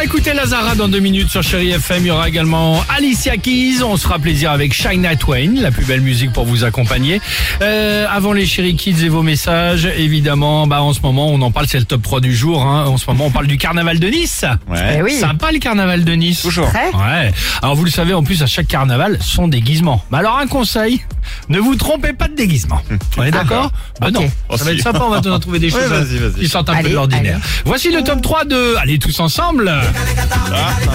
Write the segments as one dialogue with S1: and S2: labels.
S1: écouter Lazara dans deux minutes sur Chéri FM. Il y aura également Alicia Keys. On se fera plaisir avec Shina Twain, la plus belle musique pour vous accompagner. Euh, avant les Chéri Kids et vos messages, évidemment, bah en ce moment, on en parle, c'est le top 3 du jour. hein. En ce moment, on parle du carnaval de Nice.
S2: Ouais.
S3: Eh oui.
S1: Sympa le carnaval de Nice.
S2: Toujours.
S3: Très.
S1: Ouais. Alors vous le savez, en plus à chaque carnaval, son déguisement. Mais alors un conseil, ne vous trompez pas de déguisement. On est d'accord Bah non.
S2: Oh,
S1: Ça va
S2: si.
S1: être sympa, on va te trouver des
S2: Ouais,
S1: choses
S2: vas-y, vas-y.
S1: qui sortent un peu
S3: Allez,
S1: de l'ordinaire. Voici le top 3 de Allez tous ensemble.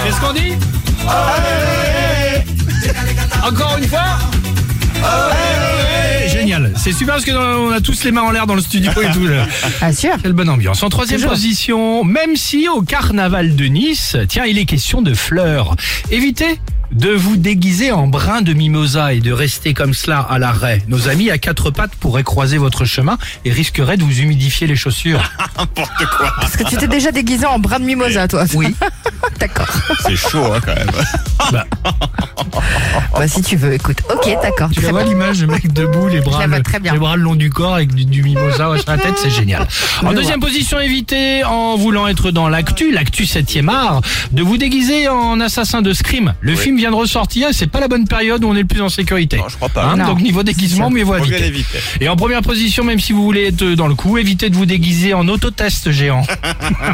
S1: C'est ce qu'on dit Encore une fois Génial. C'est super parce que dans- on a tous les mains en l'air dans le studio et tout.
S3: Ah sûr.
S1: Quelle bonne ambiance. En troisième
S3: Toujours.
S1: position, même si au carnaval de Nice, tiens, il est question de fleurs. Évitez de vous déguiser en brin de mimosa et de rester comme cela à l'arrêt. Nos amis à quatre pattes pourraient croiser votre chemin et risqueraient de vous humidifier les chaussures.
S2: N'importe quoi.
S3: Parce que tu t'es déjà déguisé en bras de mimosa, toi.
S1: Oui.
S3: D'accord.
S2: C'est chaud, hein, quand même.
S1: Bah,
S3: Bah, si tu veux, écoute. Ok, d'accord.
S1: tu la
S3: Très
S1: vois
S3: bien.
S1: l'image, le mec debout, les bras,
S3: la vois
S1: le,
S3: très bien.
S1: les bras le long du corps avec du, du mimosa ouais, sur la tête, c'est génial. En
S3: Je
S1: deuxième position, évitez en voulant être dans l'actu, l'actu 7e art, de vous déguiser en assassin de Scream. Le film vient de ressortir, c'est pas la bonne période où on est le plus en sécurité.
S2: Non, je crois pas.
S1: Hein,
S3: Non.
S1: Donc niveau déguisement, mieux vaut
S2: Faut bien
S1: éviter.
S2: éviter.
S1: Et en première position, même si vous voulez être dans le coup, évitez de vous déguiser en autotest géant.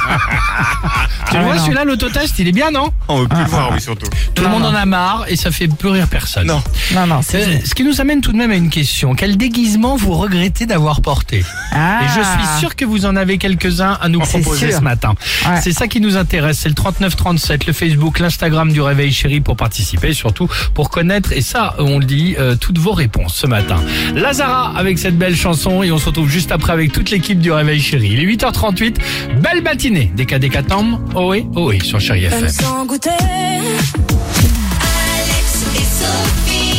S1: tu le vois
S3: Ah non.
S1: celui-là, l'autotest, il est bien, non
S2: On veut plus le voir, oui, surtout.
S1: Tout le
S3: Non,
S1: monde
S3: non.
S1: en a marre et ça fait plus rire personne.
S2: Non.
S3: Non, non,
S1: Euh,
S3: c'est.
S1: ce qui nous amène tout de même à une question. Quel déguisement vous regrettez d'avoir porté
S3: Ah.
S1: Et je suis sûr que vous en avez quelques-uns à nous
S3: C'est
S1: proposer
S3: sûr.
S1: ce matin.
S3: Ouais.
S1: C'est ça qui nous intéresse. C'est le 3937, le Facebook, l'Instagram du Réveil Chéri pour participer, surtout pour connaître, et ça, on le dit, euh, toutes vos réponses ce matin. Lazara avec cette belle chanson, et on se retrouve juste après avec toute l'équipe du Réveil Chéri. Il est 8h38, belle matinée. Déca décatambe, ohé, ohé, sur Chéri FM.
S4: Même sans goûter. Alex et Sophie.